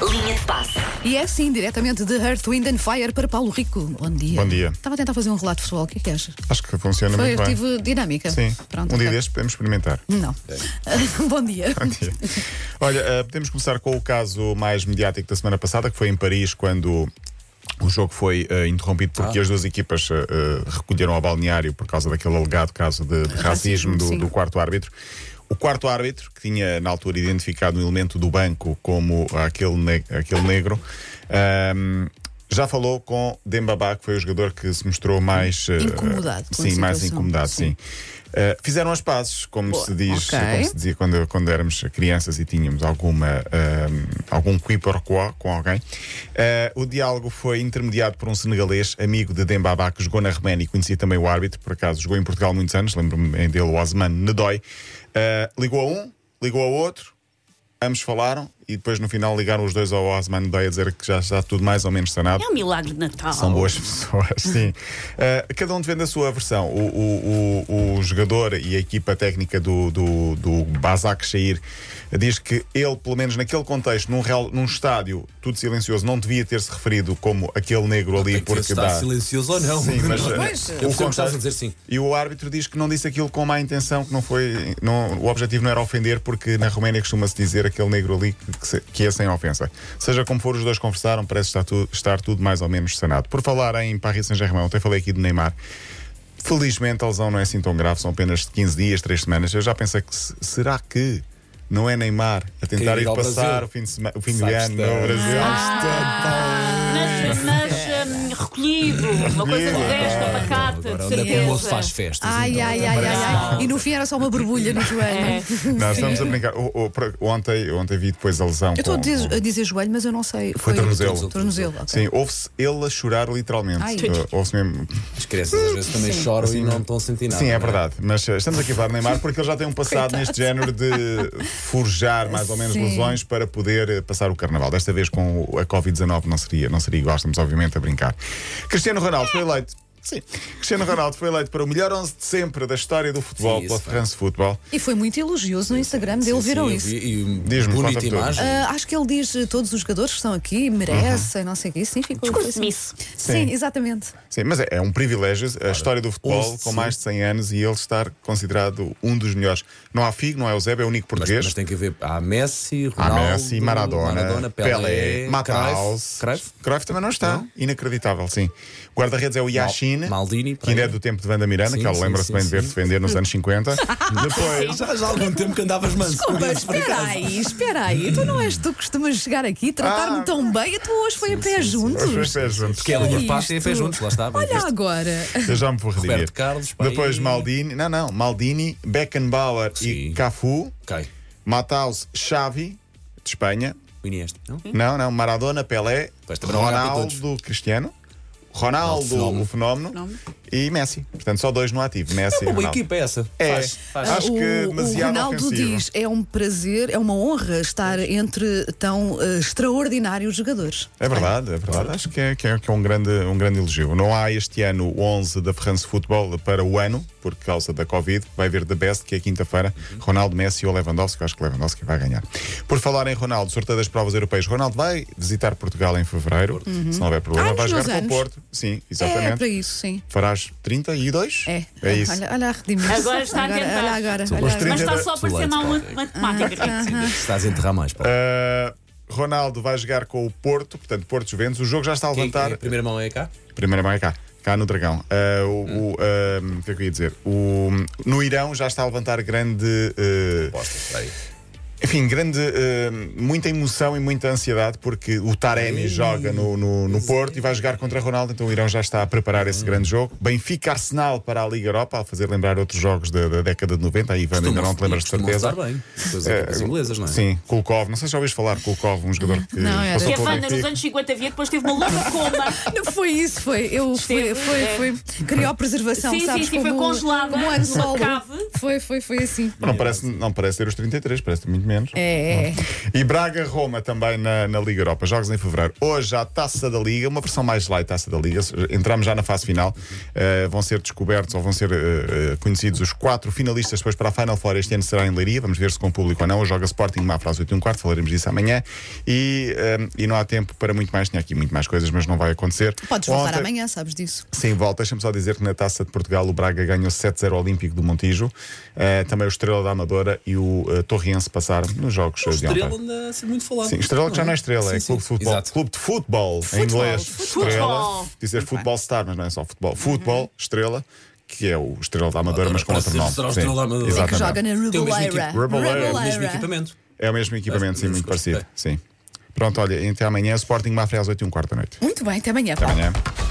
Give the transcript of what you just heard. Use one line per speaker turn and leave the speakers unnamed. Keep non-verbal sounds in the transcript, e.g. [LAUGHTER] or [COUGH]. Linha de passe.
E é assim, diretamente de Earth, Wind and Fire para Paulo Rico. Bom dia.
Bom dia.
Estava a tentar fazer um relato de futebol, o que é que achas?
Acho que funciona
Foi,
muito bem.
tive dinâmica.
Sim,
Pronto,
um dia
ok.
destes podemos
[LAUGHS]
experimentar.
Não. [LAUGHS] Bom dia.
Bom dia. Olha, eh, podemos começar com o caso mais mediático da semana passada, que foi em Paris, quando o jogo foi eh, interrompido porque as duas equipas eh, eh, recolheram ao balneário por causa daquele alegado caso de, de racismo do,
sim.
do quarto árbitro. O quarto árbitro, que tinha na altura identificado um elemento do banco como aquele, ne- aquele negro, ahm, já falou com Dembabá, que foi o jogador que se mostrou mais eh,
Incomodado com a
Sim, mais
situação.
incomodado, sim.
Sim.
Eh, fizeram as pazes, como
Boa,
se diz,
ok.
como se dizia quando, quando éramos crianças e tínhamos alguma, ahm, algum quiproquó com alguém. Ah, o diálogo foi intermediado por um senegalês, amigo de Dembaba, que jogou na Roménia e conhecia também o árbitro, por acaso jogou em Portugal muitos anos, lembro-me dele, o Osman Nedói. Ah, ligou a um, ligou a outro, ambos falaram e depois no final ligaram os dois ao Osman Nedói a dizer que já está tudo mais ou menos sanado.
É um milagre de
Então.
Natal.
São boas pessoas, [LAUGHS] sim. Uh, cada um defende a sua versão. O, o- o- o jogador e a equipa técnica do, do, do Basak Shair diz que ele, pelo menos naquele contexto, num, real- num estádio tudo silencioso, não devia ter-se referido como aquele negro ali
Tem que ver
porque
se está
dá.
silencioso ou não.
Sim, mas uh,
Pois. Eu
percebo o que estás
contexto-
a dizer, sim.
E o árbitro diz que não disse aquilo com má intenção, que não foi. não- o objetivo não era ofender, porque na Roménia costuma-se dizer aquele negro ali que, que se- que é sem ofensa. Seja como for, os dois conversaram, parece estar, tu- estar tudo mais ou menos sanado. Por falar em Paris Saint-Germain, ontem falei aqui de Neymar. Felizmente a lesão não é assim tão grave, são apenas 15 dias, 3 semanas. Eu já pensei que se- será que não é Neymar a tentar
Quer ir
ir
ao
passar
Brasil?
o fim de, sema- o fim de
Sabes
ano
tanto.
no Brasil?
Ah, Mas,
É.
mas hum, recolhido, uma coisa
Recolhido,
modesta,
claro.
pacata, de
Agora, onde é que o moço faz
certeza.
festas?
Ai,
então?
ai, ai, ai, ai. E no fim era só uma borbulha no
É.
joelho.
Não, estamos a brincar. O- o- por- ontem, ontem vi depois a lesão.
Eu estou a
com-
dizer,
com-
a dizer joelho, mas eu não sei.
Foi tornozelo.
Tornozelo, ok.
Sim, ouve-se ele a chorar literalmente.
Ai.
Uh, ouve-se mesmo.
As crianças às vezes também choram e não estão a sentir nada.
Sim,
não
é verdade. Mas uh, estamos aqui a falar de Neymar porque ele já tem um passado
Coitado.
neste género de forjar mais ou menos
Sim.
lesões para poder uh, passar o carnaval. Desta vez com o- a Covid-19 não seria, não seria igual, estamos obviamente a brincar. Cristiano Ronaldo foi eleito. Sim, Cristiano Ronaldo foi eleito para o melhor 11 de sempre da história do futebol
Sim, isso,
pela
pá.
France Football.
E foi muito elogioso no Instagram dele,
Sim,
viram
eu
isso.
vi, E
Diz-me,
bonita
conta-me tudo.
imagem.
Ah, acho que ele diz eh, todos os jogadores que estão aqui merecem, não sei o quê. Sim, ficou. assim.
Discurso isso.
Sim, exatamente.
Uhum. Sim, mas é, é um privilégio a história do futebol
11,
com
sim.
mais de 100 anos e ele estar considerado um dos melhores. Não há Figo, não é o Zébio, é o único
Mas,
português.
mas tem que haver. Há Messi,
Há
Ronaldo,
Messi, Maradona,
Pelé,
Mataus.
Cruyff.
Cruyff também não está. Inacreditável, sim. O guarda-redes é o Yashin,
Maldini,
que ainda é
Pereira.
do tempo de Vanda Miranda,
Sim,
que ela
sim,
lembra-se
sim,
bem de ver
sim.
defender nos anos
[LAUGHS]
50. Depois.
Já, já há algum tempo que andavas manso.
Mas espera aí, espera aí. Tu não és tu que costumas chegar aqui e tratar-me
Ah.
tão bem e tu hoje foi a pé juntos.
Os dois pés juntos.
Porque ela
Olha
e o Pasta e
isto.
fez juntos, lá está. bem
Olha
visto.
agora.
Eu já me vou redimir.
Roberto Carlos, pá,
Depois
e-
Maldini. Não, não. Maldini, Beckenbauer e
Sim.
Cafu.
Ok.
Mataus, Xavi, de Espanha.
O Iniesta, não?
Não, não. Maradona, Pelé,
Pois, também não há para
Ronaldo, Cristiano, Ronaldo, o
Ronaldo,
fenómeno, e Messi. Portanto, só dois no ativo. Messi e
Uma boa
Ronaldo.
equipa é essa.
É,
Faz, faz.
acho
o,
que é
o
demasiado
Ronaldo
ofensivo.
diz: é um prazer, é uma honra estar entre tão eh, extraordinários jogadores.
É verdade, é verdade. Acho que é, que é- que é um, grande, um grande elogio. Não há este ano o 11 da France Football para o ano, por causa da Covid. Vai haver The Best, que é quinta-feira.
Uhum.
Ronaldo, Messi ou Lewandowski. Eu acho que Lewandowski vai ganhar. Por falar em Ronaldo, sorteio das provas europeias. Ronaldo vai visitar Portugal em fevereiro, se não houver problema.
Ah, nos
vai jogar
meus
com o
anos.
Porto. Sim,
É, é para
exatamente.
isso, sim.
Farás 32?
É.
É isso.
Olha, olha a redimir.
Agora está a
agora,
tentar.
Olha agora.
São
olha
os
agora.
Mas
30
está só a parecer mal
Excelente,
matemática.
Sim, Estás a enterrar mais, pá.
Uh, Ronaldo vai jogar com o Porto, portanto, Porto Juventus. O jogo já está a
Quem-
levantar.
quem- A primeira mão é cá?
Primeira mão é cá, cá no Dragão. Ah, o,
Hum.
o, ah, o que é que eu ia dizer? O, no Irão já está a levantar grande. ah,
Bosta, aí.
enfim, grande. ah, muita emoção e muita ansiedade, porque o Taremi joga no, no, no Porto e vai jogar contra Ronaldo, então o Irão já está a preparar
Hum.
esse grande jogo. Benfica Arsenal para a Liga Europa, a fazer lembrar outros jogos da, da década de 90. Aí, Ivan, ainda não te lembras de
Costumam-se
certeza.
dar bem. Depois é, as inglesas, não é?
Sim, Kulkov, não sei se já ouviste falar de Kulkov, um jogador que
Não, era-
passou
Que a
pelo
Wanda nos
Benfica.
anos 50 via depois teve uma longa coma.
Não foi isso, foi. Eu foi,
Esteve,
foi,
é.
foi, criopreservação,
Sim, sim,
sabes?
sim, foi
como,
congelada
Como um ano
numa
solo.
cave.
Foi, foi, foi assim.
Mas Não parece, não parece ter os 33, parece muito menos. anos.
É, é.
E Braga-Roma também na, na Liga Europa. Jogos em fevereiro. Hoje a taça da Liga, uma versão mais light taça da Liga. Entramos já na fase final. Uh, vão ser descobertos ou vão ser uh, uh, conhecidos os quatro finalistas depois para a Final Four. Este ano será em Leiria. Vamos ver se com público ou não. Hoje joga Sporting Mafra às 8 h quarto. Falaremos disso amanhã. E, um, e não há tempo para muito mais. Tinha aqui muito mais coisas, mas não vai acontecer.
Podes voltar
Ontem-
amanhã, sabes disso.
Sim, volta. Deixa-me só dizer que na Taça de Portugal o Braga ganhou 7-0 ao Olímpico do Montijo. Eh, também o Estrela da Amadora e o eh, Torriense passaram nos jogos eh, de ontem.
Estrela anda a ser muito falado.
Sim, estrela que já não é estrela,
Sim,
é
sim.
clube de futebol.
Exato.
Clube de futebol, em inglês.
futebol.
Estrela.
Futebol.
Dizer futebol star, mas não é só
Uhum.
futebol. Futebol, estrela, que é o Estrela da Amadora, mas com
Parece
outro nome.
ser o
Sim,
Estrela da Amadora.
É que
exatamente.
joga na
Tem o mesmo equipe.
Rubeleira.
Rubeleira,
É o mesmo
Rubeleira.
equipamento.
É o mesmo equipamento, sim,
é
muito parecido. Sim. Pronto, olha, até amanhã, Sporting Mafra às 8 h 15 da noite.
Muito bem, até amanhã.
Até
Paulo.
amanhã.